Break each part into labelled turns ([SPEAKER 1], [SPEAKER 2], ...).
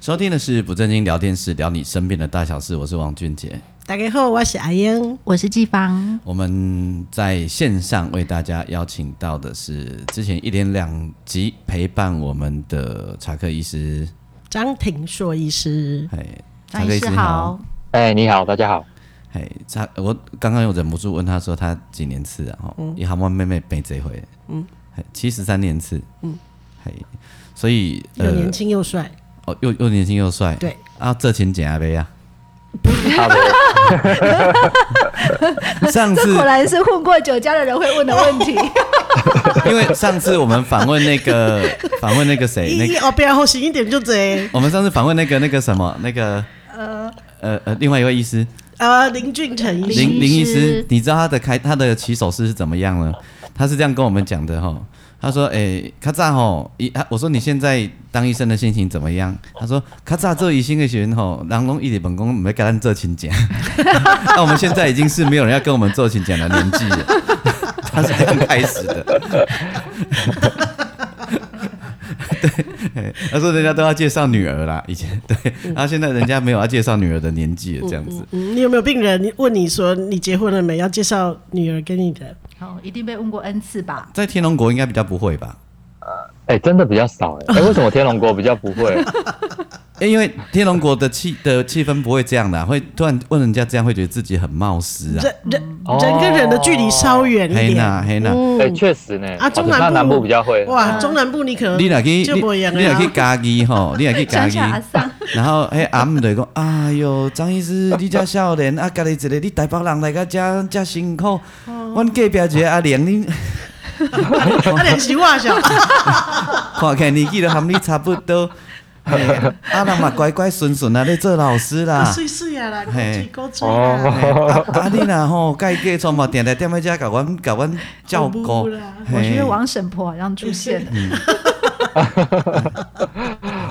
[SPEAKER 1] 收听的是不正经聊天室，聊你身边的大小事。我是王俊杰，
[SPEAKER 2] 大家好，我是阿英。
[SPEAKER 3] 我是季芳，
[SPEAKER 1] 我们在线上为大家邀请到的是之前一连两集陪伴我们的查克医师。
[SPEAKER 2] 张庭硕医师，
[SPEAKER 1] 哎，查
[SPEAKER 3] 张
[SPEAKER 1] 克
[SPEAKER 3] 医
[SPEAKER 1] 医师
[SPEAKER 3] 师
[SPEAKER 1] 你好
[SPEAKER 3] 好。。
[SPEAKER 4] 哎、你好，大家好。
[SPEAKER 1] 哎，查我刚刚又忍不住问他说他几年次啊？哦，也好问妹妹背这回，嗯，七十三年次，嗯，嘿，所以呃
[SPEAKER 2] 又年轻又帅，
[SPEAKER 1] 哦，又又年轻又帅，
[SPEAKER 2] 对
[SPEAKER 1] 啊，这请简阿杯啊。
[SPEAKER 4] 阿伯，
[SPEAKER 1] 上次
[SPEAKER 3] 果然是混过酒家的人会问的问题。
[SPEAKER 1] 因为上次我们访问那 个访问那个谁，哎那
[SPEAKER 2] 一
[SPEAKER 1] 个
[SPEAKER 2] 哦，不要后行一点就这。
[SPEAKER 1] 我们上次访问那个那个什么那个呃呃另外一位医师
[SPEAKER 2] 呃，林俊成医师，
[SPEAKER 1] 林林
[SPEAKER 3] 医
[SPEAKER 1] 医
[SPEAKER 3] 师
[SPEAKER 1] 师，你知道他的开他的起手式是怎么样呢？他是这样跟我们讲的哈。他说：“诶、卡扎吼，一他我说你现在当医生的心情怎么样？”他说：“卡扎做医生的时候吼，人拢一直本工没跟咱做请 假，那我们现在已经是没有人要跟我们做请假的年纪了。” 他是这样开始的。 对，他说人家都要介绍女儿啦，以前对，然后现在人家没有要介绍女儿的年纪了，这样子。
[SPEAKER 2] 嗯，你有没有病人问你说你结婚了没？要介绍女儿给你的？
[SPEAKER 3] 哦，一定被问过 n 次吧？
[SPEAKER 1] 在天龙国应该比较不会吧？
[SPEAKER 4] 哎、真的比较少哎、哎为什么天龙国比较不会？
[SPEAKER 1] 欸因为天龙国的气的气氛不会这样的啊、会突然问人家这样，会觉得自己很冒失啊。
[SPEAKER 2] 人人人跟人的距离稍远一
[SPEAKER 1] 黑
[SPEAKER 2] 点。嗯
[SPEAKER 1] 娜，黑娜，
[SPEAKER 4] 哎、确实呢、
[SPEAKER 2] 啊，
[SPEAKER 4] 好
[SPEAKER 2] 中
[SPEAKER 4] 像那
[SPEAKER 2] 南
[SPEAKER 4] 南
[SPEAKER 2] 部
[SPEAKER 4] 部比较会。
[SPEAKER 2] 哇，中南部你可能
[SPEAKER 1] 你若去，
[SPEAKER 2] 就
[SPEAKER 1] 你
[SPEAKER 2] 不一样
[SPEAKER 1] 你若 去
[SPEAKER 2] 了。
[SPEAKER 1] 家己吼，你若去家己
[SPEAKER 3] 乡下阿桑，
[SPEAKER 1] 然后迄阿姆就会讲，哎哟，张医师，你遮少年啊，家己一个你台北人来个遮遮辛苦，
[SPEAKER 2] 哦
[SPEAKER 1] 阮隔壁一个阿玲，你
[SPEAKER 2] 他脸是化啊 小，
[SPEAKER 1] 啊看起来年纪都含你差不多，嘿啊人嘛乖乖顺顺啊，咧做老师啦。
[SPEAKER 2] 碎碎啊啦，勾
[SPEAKER 1] 嘿
[SPEAKER 2] 嘴勾嘴啦，
[SPEAKER 4] 哦
[SPEAKER 1] 嘿 啊啊你若吼，介过创嘛，定定踮咧遮甲阮甲阮照
[SPEAKER 2] 好
[SPEAKER 1] 顾
[SPEAKER 2] 母啦，
[SPEAKER 3] 我觉
[SPEAKER 1] 嘿
[SPEAKER 3] 得王婶婆好像出现了。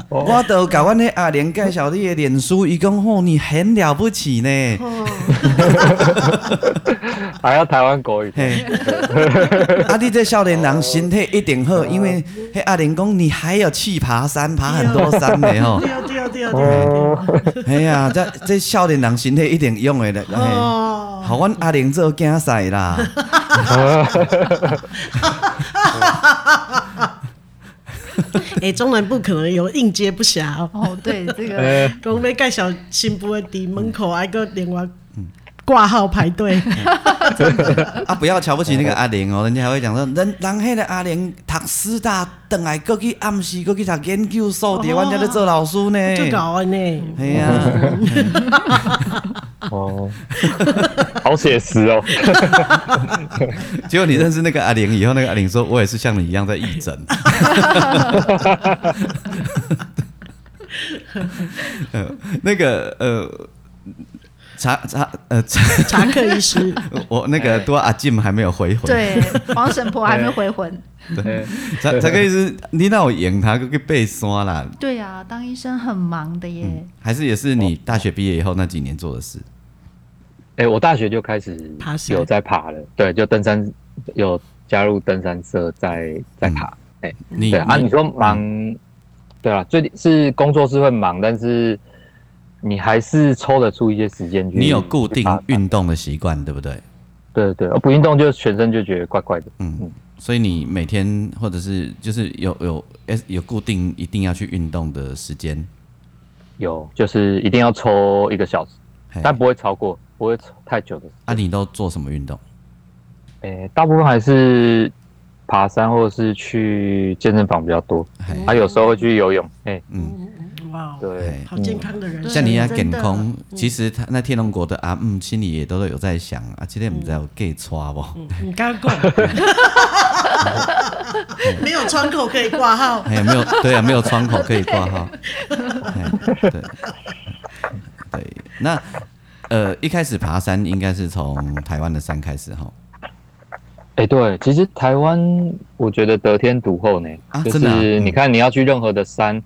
[SPEAKER 1] 我都甲阮迄阿莲介绍你的脸书，伊讲吼你很了不起呢，
[SPEAKER 4] 还要台湾国语。
[SPEAKER 1] 嘿，啊你这少年人身体一定好，因为迄阿莲讲你还有去爬山，爬很多山 的吼，
[SPEAKER 2] 对哦对对哦对
[SPEAKER 1] 哦
[SPEAKER 2] 对。
[SPEAKER 1] 嘿呀，这这少年人身体一定用的了，嘿，
[SPEAKER 2] 哦，
[SPEAKER 1] 好阮阿莲做竞赛啦，
[SPEAKER 2] 哎，中南部可能有应接不暇 哦。
[SPEAKER 3] 哦，对，这个
[SPEAKER 4] 哎、
[SPEAKER 2] 讲要介绍新妇的伫门口，还个电话挂号排 队，
[SPEAKER 1] 啊不要瞧不起那个阿莲哦，人家还会讲说，人人迄个阿莲读师大，等来过去暗时过去读研究所，伫阮遮咧做老师呢，
[SPEAKER 2] 就搞完呢。
[SPEAKER 1] 嘿啊呀。
[SPEAKER 4] 哦，好写实哦。
[SPEAKER 1] 结果你认识那个阿玲以后，那个阿玲说：“我也是像你一样在义诊。 呃”那个呃，查查呃查，
[SPEAKER 2] 查 克医师，
[SPEAKER 1] 我那
[SPEAKER 2] 哎
[SPEAKER 1] 个多阿进还没有回魂。
[SPEAKER 3] 对，王婶婆还没回魂。
[SPEAKER 4] 哎
[SPEAKER 1] 查查克意思，你让我演他去背山啦，
[SPEAKER 3] 对啊，当医生很忙的耶。
[SPEAKER 1] 还是也是你大学毕业以后那几年做的事？
[SPEAKER 4] 哎我大学就开始
[SPEAKER 2] 爬山
[SPEAKER 4] 有在爬了，对，就登山有加入登山社在在爬。哎、
[SPEAKER 1] 你
[SPEAKER 4] 对啊，
[SPEAKER 1] 你
[SPEAKER 4] 你说忙，对啊，最是工作是会忙，但是你还是抽得出一些时间去。
[SPEAKER 1] 你有固定
[SPEAKER 4] 爬
[SPEAKER 1] 运动的习惯，对不对？
[SPEAKER 4] 对对，呃不运动就全身就觉得怪怪的。
[SPEAKER 1] 嗯，所以你每天或者是就是有有有固定一定要去运动的时间。
[SPEAKER 4] 有，就是一定要抽一个小时，
[SPEAKER 1] 嘿
[SPEAKER 4] 但不会超过，不会抽太久的。哎
[SPEAKER 1] 啊，你都做什么运动？
[SPEAKER 4] 诶、大部分还是爬山或者是去健身房比较多，
[SPEAKER 1] 哎
[SPEAKER 4] 还、有时候会去游泳。哎、
[SPEAKER 2] 哇，哦
[SPEAKER 4] 对，
[SPEAKER 2] 好健康的人生，
[SPEAKER 1] 嗯像你要
[SPEAKER 3] 真
[SPEAKER 1] 健
[SPEAKER 3] 的嗯
[SPEAKER 1] 康，其实他那天龙国的阿姆心里也都有在想啊，今天我们
[SPEAKER 3] 嗯
[SPEAKER 1] 在有 gay 穿不？
[SPEAKER 2] 嗯你刚 过，没有窗口可以挂号，
[SPEAKER 1] 哎，没有，对啊，没有窗口可以挂号。哎对对，那呃，一开始爬山应该是从台湾的山开始哈。
[SPEAKER 4] 哎、对，其实台湾我觉得得天独厚呢，
[SPEAKER 1] 啊
[SPEAKER 4] 就
[SPEAKER 1] 真的啊
[SPEAKER 4] 是
[SPEAKER 1] 嗯
[SPEAKER 4] 你看你要去任何的山，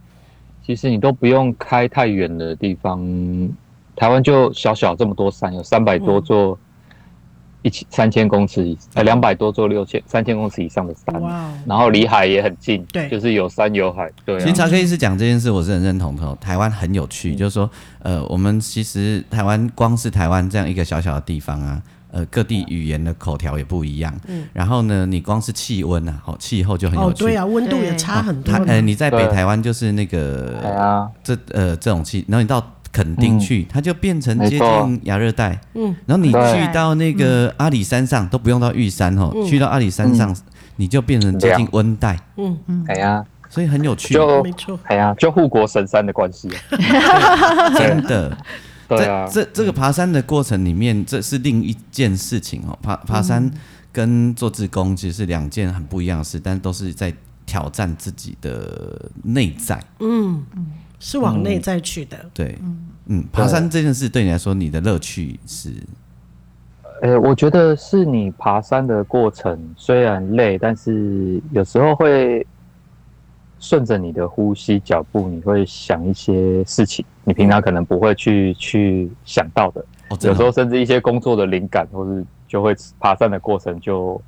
[SPEAKER 4] 其实你都不用开太远的地方，台湾就小小这么多山，有三百
[SPEAKER 1] 嗯
[SPEAKER 4] 多座一千三千公尺以，呃两百多座六千三千公尺以上的山，
[SPEAKER 2] 哇哦，
[SPEAKER 4] 然后离海也很近，
[SPEAKER 2] 对
[SPEAKER 4] 就是有山有海，对、
[SPEAKER 1] 其实
[SPEAKER 4] 啊，嗯
[SPEAKER 1] 查克医师讲这件事，我是很认同的哦。台湾很有趣，就是说，呃，我们其实台湾光是台湾这样一个小小的地方啊，呃，各地语言的口条也不一样。然后呢，你光是气温啊，哦，气候就很有
[SPEAKER 2] 嗯哦，
[SPEAKER 1] 趣。
[SPEAKER 2] 对啊，温度也
[SPEAKER 3] 对
[SPEAKER 2] 差很多
[SPEAKER 1] 它
[SPEAKER 2] 呢
[SPEAKER 1] 呃，，你在北
[SPEAKER 4] 对
[SPEAKER 1] 台湾就是那个
[SPEAKER 4] 对啊，
[SPEAKER 1] 这呃这种气，然后你到垦丁去，它就变成接
[SPEAKER 4] 嗯没错
[SPEAKER 1] 近亚热带。
[SPEAKER 2] 嗯，
[SPEAKER 1] 然后你
[SPEAKER 4] 对嗯
[SPEAKER 1] 去到那个阿里山上，都不用到玉山哦，去到阿里山上，你就变成接近温带，
[SPEAKER 2] 嗯，
[SPEAKER 4] 哎呀，
[SPEAKER 1] 所以很有趣，
[SPEAKER 4] 就
[SPEAKER 2] 没错，
[SPEAKER 4] 哎呀，就护国神山的关 系啊，
[SPEAKER 1] 真的。
[SPEAKER 4] 对啊，嗯
[SPEAKER 1] 这这这个爬山的过程里面，这是另一件事情哦。爬爬山跟做志工其实是两件很不一样的事，但都是在挑战自己的内在。
[SPEAKER 2] 嗯，是往内再去的，
[SPEAKER 1] 对，嗯，爬山这件事对你来说，你的乐趣是
[SPEAKER 4] 呃，我觉得是你爬山的过程虽然累，但是有时候会顺着你的呼吸、脚步，你会想一些事情，你平常可能不会去去想到的。
[SPEAKER 1] 哦，真
[SPEAKER 4] 有时
[SPEAKER 1] 的
[SPEAKER 4] 候
[SPEAKER 1] 哦
[SPEAKER 4] 甚至一些工作的灵感，或是就会爬山的过程就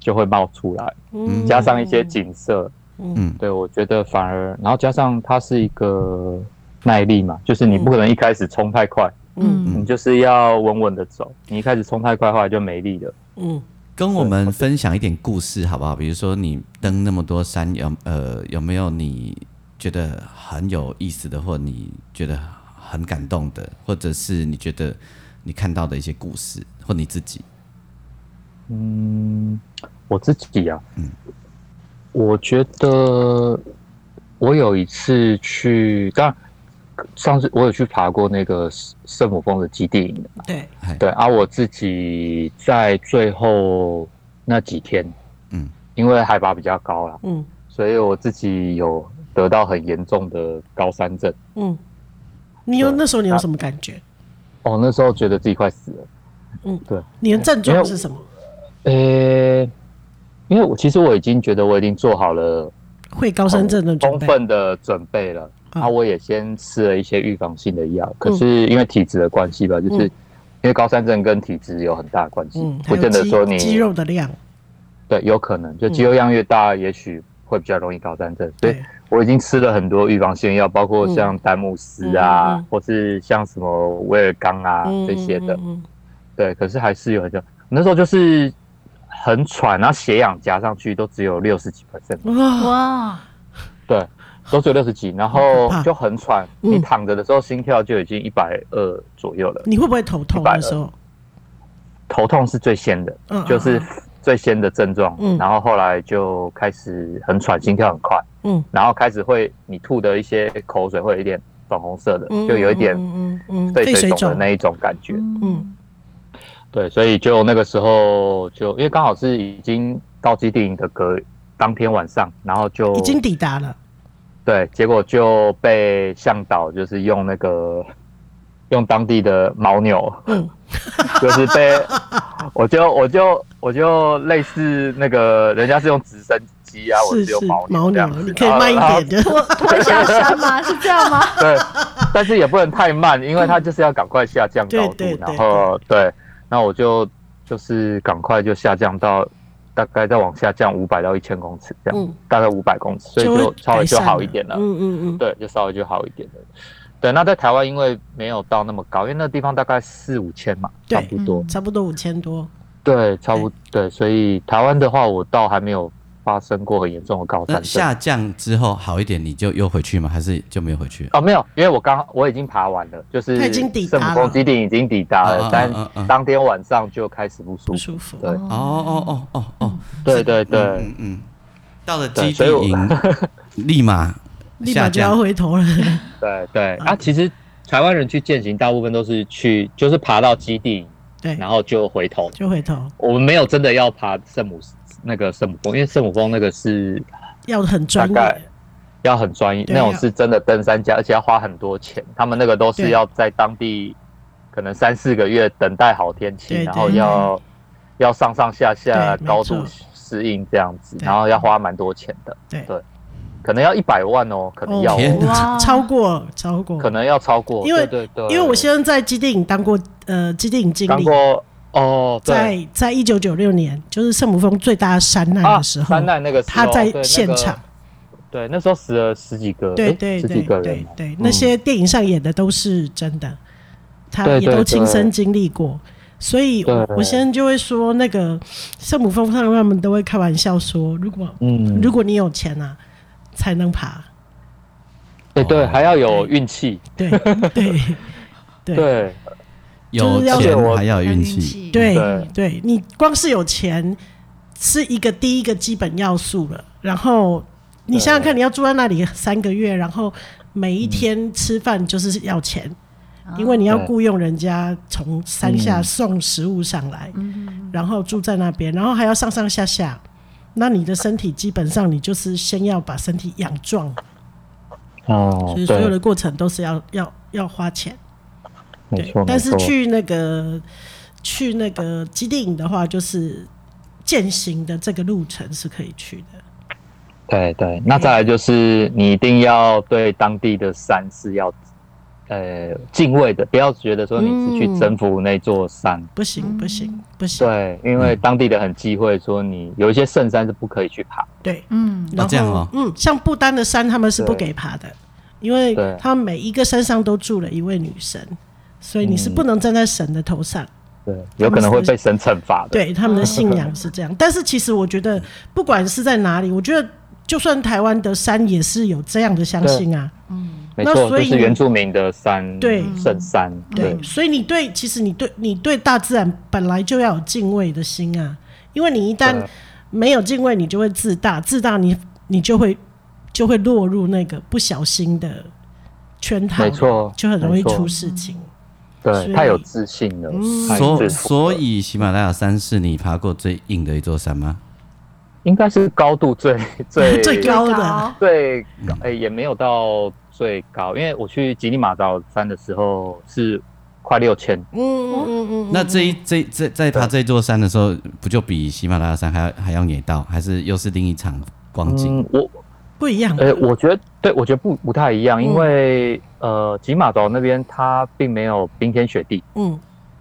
[SPEAKER 4] 就会冒出来，
[SPEAKER 2] 嗯
[SPEAKER 4] 加上一些景色，
[SPEAKER 1] 嗯
[SPEAKER 4] 对我觉得反而，然后加上它是一个耐力嘛，就是你不可能一开始冲太快，
[SPEAKER 2] 嗯
[SPEAKER 4] 你就是要稳稳的走，你一开始冲太快，后来就没力了。
[SPEAKER 2] 嗯
[SPEAKER 1] 跟我们分享一点故事好不好？比如说你登那么多山，有呃有没有你觉得很有意思的，或你觉得很感动的，或者是你觉得你看到的一些故事，或你自己？
[SPEAKER 4] 嗯，我自己啊，我觉得我有一次去，当然上次我有去爬过那个圣圣母峰的基地营的，
[SPEAKER 2] 对，
[SPEAKER 1] 哎，
[SPEAKER 4] 对啊，我自己在最后那几天，
[SPEAKER 1] 嗯，
[SPEAKER 4] 因为海拔比较高啦，
[SPEAKER 2] 嗯
[SPEAKER 4] 所以我自己有得到很严重的高山症。
[SPEAKER 2] 嗯，你有
[SPEAKER 4] 对啊
[SPEAKER 2] 那时候你有什么感觉？
[SPEAKER 4] 哦，那时候觉得自己快死了。
[SPEAKER 2] 你的症
[SPEAKER 4] 没
[SPEAKER 2] 状
[SPEAKER 4] 有
[SPEAKER 2] 是什么？
[SPEAKER 4] 呃、因为我其实我已经觉得我已经做好了。
[SPEAKER 2] 会高山症的准
[SPEAKER 4] 充
[SPEAKER 2] 备，
[SPEAKER 4] 分的准备了。
[SPEAKER 2] 嗯
[SPEAKER 4] 啊，我也先吃了一些预防性的药，可是因为体质的关系吧，就是因为高山症跟体质有很大的关系
[SPEAKER 2] 嗯，，
[SPEAKER 4] 不
[SPEAKER 2] 还有
[SPEAKER 4] 见得说你
[SPEAKER 2] 肌肌肉的量，
[SPEAKER 4] 对有可能就肌肉量越大，也许会比较容易高山症。所以
[SPEAKER 2] 对
[SPEAKER 4] 我已经吃了很多预防性药，包括像丹木斯啊，
[SPEAKER 2] 嗯嗯嗯嗯
[SPEAKER 4] 或是像什么威尔刚啊、
[SPEAKER 2] 嗯
[SPEAKER 4] 这些的，
[SPEAKER 2] 嗯
[SPEAKER 4] 对，可是还是有很多。那时候就是很喘，然后血氧加上去都只有六十几 percent。
[SPEAKER 2] 嗯嗯哇，
[SPEAKER 3] 哇，
[SPEAKER 4] 对，都只有六十几，然
[SPEAKER 2] 好
[SPEAKER 4] 后
[SPEAKER 2] 可怕
[SPEAKER 4] 就很喘。
[SPEAKER 2] 嗯
[SPEAKER 4] 你躺着的时候，心跳就已经一百二左右了。
[SPEAKER 2] 你会不会头痛
[SPEAKER 4] 120
[SPEAKER 2] 的时候？
[SPEAKER 4] 头痛是最先的，
[SPEAKER 2] 嗯
[SPEAKER 4] 就是最先的症状。
[SPEAKER 2] 嗯
[SPEAKER 4] 然后后来就开始很喘，心跳很快，
[SPEAKER 2] 嗯
[SPEAKER 4] 然后开始会你吐的一些口水会有一点粉红色的，
[SPEAKER 2] 嗯，
[SPEAKER 4] 就有一点
[SPEAKER 2] 嗯嗯嗯
[SPEAKER 4] 肺
[SPEAKER 2] 肺水
[SPEAKER 4] 水肿的
[SPEAKER 2] 肿，
[SPEAKER 4] 那一种感觉。
[SPEAKER 2] 嗯
[SPEAKER 4] 对，所以就那个时候就因为刚好是已经到基地营的隔当天晚上，然后就
[SPEAKER 2] 已经抵达了，
[SPEAKER 4] 对，结果就被向导就是用那个用当地的牦牛，
[SPEAKER 2] 嗯
[SPEAKER 4] 就是 被我就我就我就类似那个人家是用直升机啊，我
[SPEAKER 2] 是
[SPEAKER 4] 用
[SPEAKER 2] 是
[SPEAKER 4] 牦
[SPEAKER 2] 牦
[SPEAKER 4] 牛这
[SPEAKER 2] 牛
[SPEAKER 4] 样，子，
[SPEAKER 2] 你可以慢
[SPEAKER 4] 然后
[SPEAKER 2] 一。点的，
[SPEAKER 3] 拖下山 吗？是这样吗？
[SPEAKER 4] 然后对，但是也不能太慢，因为它就是要赶快下降高度，
[SPEAKER 2] 对对对
[SPEAKER 4] 然后对，那我就就是赶快就下降到。大概再往下降五百到一千公尺这样，
[SPEAKER 2] 嗯
[SPEAKER 4] 大概五百公尺，所以
[SPEAKER 2] 会
[SPEAKER 4] 就稍微
[SPEAKER 2] 改
[SPEAKER 4] 就
[SPEAKER 2] 善
[SPEAKER 4] 好一点了。
[SPEAKER 2] 嗯嗯嗯，
[SPEAKER 4] 对，就稍微就好一点的。对，那在台湾因为没有到那么高，因为那个地方大概四五千嘛，
[SPEAKER 2] 对
[SPEAKER 4] 差不多。
[SPEAKER 2] 差不多五千多，
[SPEAKER 4] 对，差不对，所以台湾的话，我倒还没有发生过很严重的高
[SPEAKER 1] 那
[SPEAKER 4] 山症。
[SPEAKER 1] 下降之后好一点，你就又回去吗？还是就没有回去了？
[SPEAKER 4] 哦，没有，因为我刚我已经爬完了，就是
[SPEAKER 2] 他已经抵达
[SPEAKER 4] 圣
[SPEAKER 2] 了
[SPEAKER 4] 母峰基地已经抵达
[SPEAKER 1] 嗯嗯
[SPEAKER 4] 了
[SPEAKER 1] 嗯，嗯嗯
[SPEAKER 4] 但当天晚上就开始不舒
[SPEAKER 2] 不
[SPEAKER 4] 服。
[SPEAKER 2] 舒服，
[SPEAKER 4] 对
[SPEAKER 1] 哦哦哦哦哦，
[SPEAKER 4] 对对对，
[SPEAKER 1] 嗯嗯，到了基地
[SPEAKER 4] 对所以我
[SPEAKER 1] 营，立马
[SPEAKER 2] 立马
[SPEAKER 1] 下
[SPEAKER 2] 就要
[SPEAKER 1] 降。
[SPEAKER 2] 回头了。
[SPEAKER 4] 对对啊，其实台湾人去践行，大部分都是去就是爬到基地，
[SPEAKER 2] 对
[SPEAKER 4] 然，后就回头。
[SPEAKER 2] 就回头，
[SPEAKER 4] 我们没有真的要爬圣母那个圣母峰，因为圣母峰那个是
[SPEAKER 2] 要很专
[SPEAKER 4] 大概
[SPEAKER 2] 业。
[SPEAKER 4] 要很专业，
[SPEAKER 2] 对
[SPEAKER 4] 那种
[SPEAKER 2] 要
[SPEAKER 4] 是真的登山家，而且要花很多钱。他们那个都
[SPEAKER 2] 对
[SPEAKER 4] 是要在当地可能三四个月等待好天气，
[SPEAKER 2] 对
[SPEAKER 4] 然后
[SPEAKER 2] 对
[SPEAKER 4] 要要上上下下
[SPEAKER 2] 对没
[SPEAKER 4] 高
[SPEAKER 2] 错
[SPEAKER 4] 度适应这样子，
[SPEAKER 2] 对
[SPEAKER 4] 然后要花蛮多钱的，
[SPEAKER 2] 对
[SPEAKER 4] 对可能要一百万哦，可能
[SPEAKER 2] 哦
[SPEAKER 4] 要哦、
[SPEAKER 1] 天
[SPEAKER 3] 哇
[SPEAKER 2] 超过超过，
[SPEAKER 4] 可能要超过，
[SPEAKER 2] 因为
[SPEAKER 4] 对对对，
[SPEAKER 2] 因为我先生在基地营当过呃基地营经
[SPEAKER 4] 当
[SPEAKER 2] 理，
[SPEAKER 4] 过哦，对
[SPEAKER 2] 在在一九九六年，就是圣母峰最大的山难
[SPEAKER 4] 啊，
[SPEAKER 2] 的时候，
[SPEAKER 4] 三难那个时候
[SPEAKER 2] 他在
[SPEAKER 4] 对那个
[SPEAKER 2] 现场，
[SPEAKER 4] 对，那时候死了十几个，
[SPEAKER 2] 对
[SPEAKER 4] 诶
[SPEAKER 2] 对
[SPEAKER 4] 十几
[SPEAKER 2] 对
[SPEAKER 4] 个人
[SPEAKER 2] 对
[SPEAKER 4] 嘛，
[SPEAKER 2] 对，那些电影上演的都是真的，他
[SPEAKER 4] 对
[SPEAKER 2] 也
[SPEAKER 4] 对
[SPEAKER 2] 都
[SPEAKER 4] 对
[SPEAKER 2] 亲身经历过。所以我，
[SPEAKER 4] 对
[SPEAKER 2] 我先生就会说，那个圣母峰上，他们都会开玩笑说，如果、
[SPEAKER 4] 嗯，
[SPEAKER 2] 如果你有钱啊，才能爬。
[SPEAKER 4] 对对，还要有运气，
[SPEAKER 2] 哦对对对
[SPEAKER 4] 对
[SPEAKER 1] 有
[SPEAKER 2] 就是要
[SPEAKER 1] 钱还要有运气，
[SPEAKER 2] 对
[SPEAKER 4] 对
[SPEAKER 2] 对，你光是有钱是一个第一个基本要素了。然后你想想看，你要住在那里三个月，然后每
[SPEAKER 4] 嗯
[SPEAKER 2] 一天吃饭就是要钱，因为你要雇佣人家从山
[SPEAKER 4] 嗯
[SPEAKER 2] 下送食物上来，然后住在那边，然后还要上上下下。那你的身体基本上，你就是先要把身体养壮，
[SPEAKER 4] 哦
[SPEAKER 2] 所以所有的
[SPEAKER 4] 对，
[SPEAKER 2] 过程都是要要要花钱。
[SPEAKER 4] 没
[SPEAKER 2] 对
[SPEAKER 4] 错，，
[SPEAKER 2] 但
[SPEAKER 4] 没
[SPEAKER 2] 是
[SPEAKER 4] 错
[SPEAKER 2] 去那个去那个基地营的话，就是践行的这个路程是可以去的。
[SPEAKER 4] 对对，那再来就是你一定要对当地的山是要呃敬畏的，不要觉得说你是去征服那座山，
[SPEAKER 2] 不行，不行，不行。
[SPEAKER 4] 对，因为当地的很忌讳说你有一些圣山是不可以去爬，
[SPEAKER 2] 对，
[SPEAKER 3] 嗯，
[SPEAKER 2] 然
[SPEAKER 1] 这样
[SPEAKER 2] 后
[SPEAKER 1] 哦
[SPEAKER 2] 嗯，像不丹的山，他们是不
[SPEAKER 4] 对
[SPEAKER 2] 给爬的，因为
[SPEAKER 4] 对
[SPEAKER 2] 他们每一个山上都住了一位女神，所以你是不能站在神的头上。
[SPEAKER 4] 对，有可能会被神惩罚的，
[SPEAKER 2] 对，他们的信仰是这样。但是其实我觉得，不管是在哪里，我觉得就算台湾的山也是有这样的相信啊。
[SPEAKER 4] 没
[SPEAKER 2] 那
[SPEAKER 4] 错，
[SPEAKER 2] 所
[SPEAKER 4] 就
[SPEAKER 2] 以
[SPEAKER 4] 是原住民的山，
[SPEAKER 2] 对
[SPEAKER 4] 圣山，对
[SPEAKER 2] 对，所以你对其实你对你对大自然本来就要有敬畏的心啊，因为你一旦
[SPEAKER 4] 对
[SPEAKER 2] 没有敬畏，你就会自大，自大你你就会就会落入那个不小心的圈套，
[SPEAKER 4] 没，错，
[SPEAKER 2] 就很容易
[SPEAKER 4] 没错
[SPEAKER 2] 出事情。所以嗯
[SPEAKER 4] 对，太有自信了，太自负
[SPEAKER 1] 所
[SPEAKER 4] 了
[SPEAKER 1] 所以喜马拉雅山是你爬过最硬的一座山吗？
[SPEAKER 4] 应该是高度最 最
[SPEAKER 2] 最高的
[SPEAKER 4] 最高，哎、也没有到最高，因为我去吉力马扎山的时候是快六千，
[SPEAKER 2] 嗯嗯嗯嗯，
[SPEAKER 1] 那这一这这在爬这座山的时候，不就比喜马拉雅山还要还要野到，还是又是另一场光景？
[SPEAKER 4] 嗯，我，
[SPEAKER 2] 不一样。
[SPEAKER 4] 呃、我觉得，对我觉得不不太一
[SPEAKER 2] 嗯
[SPEAKER 4] 样，因为、呃，吉马岛那边它并没有冰天雪地，
[SPEAKER 2] 嗯，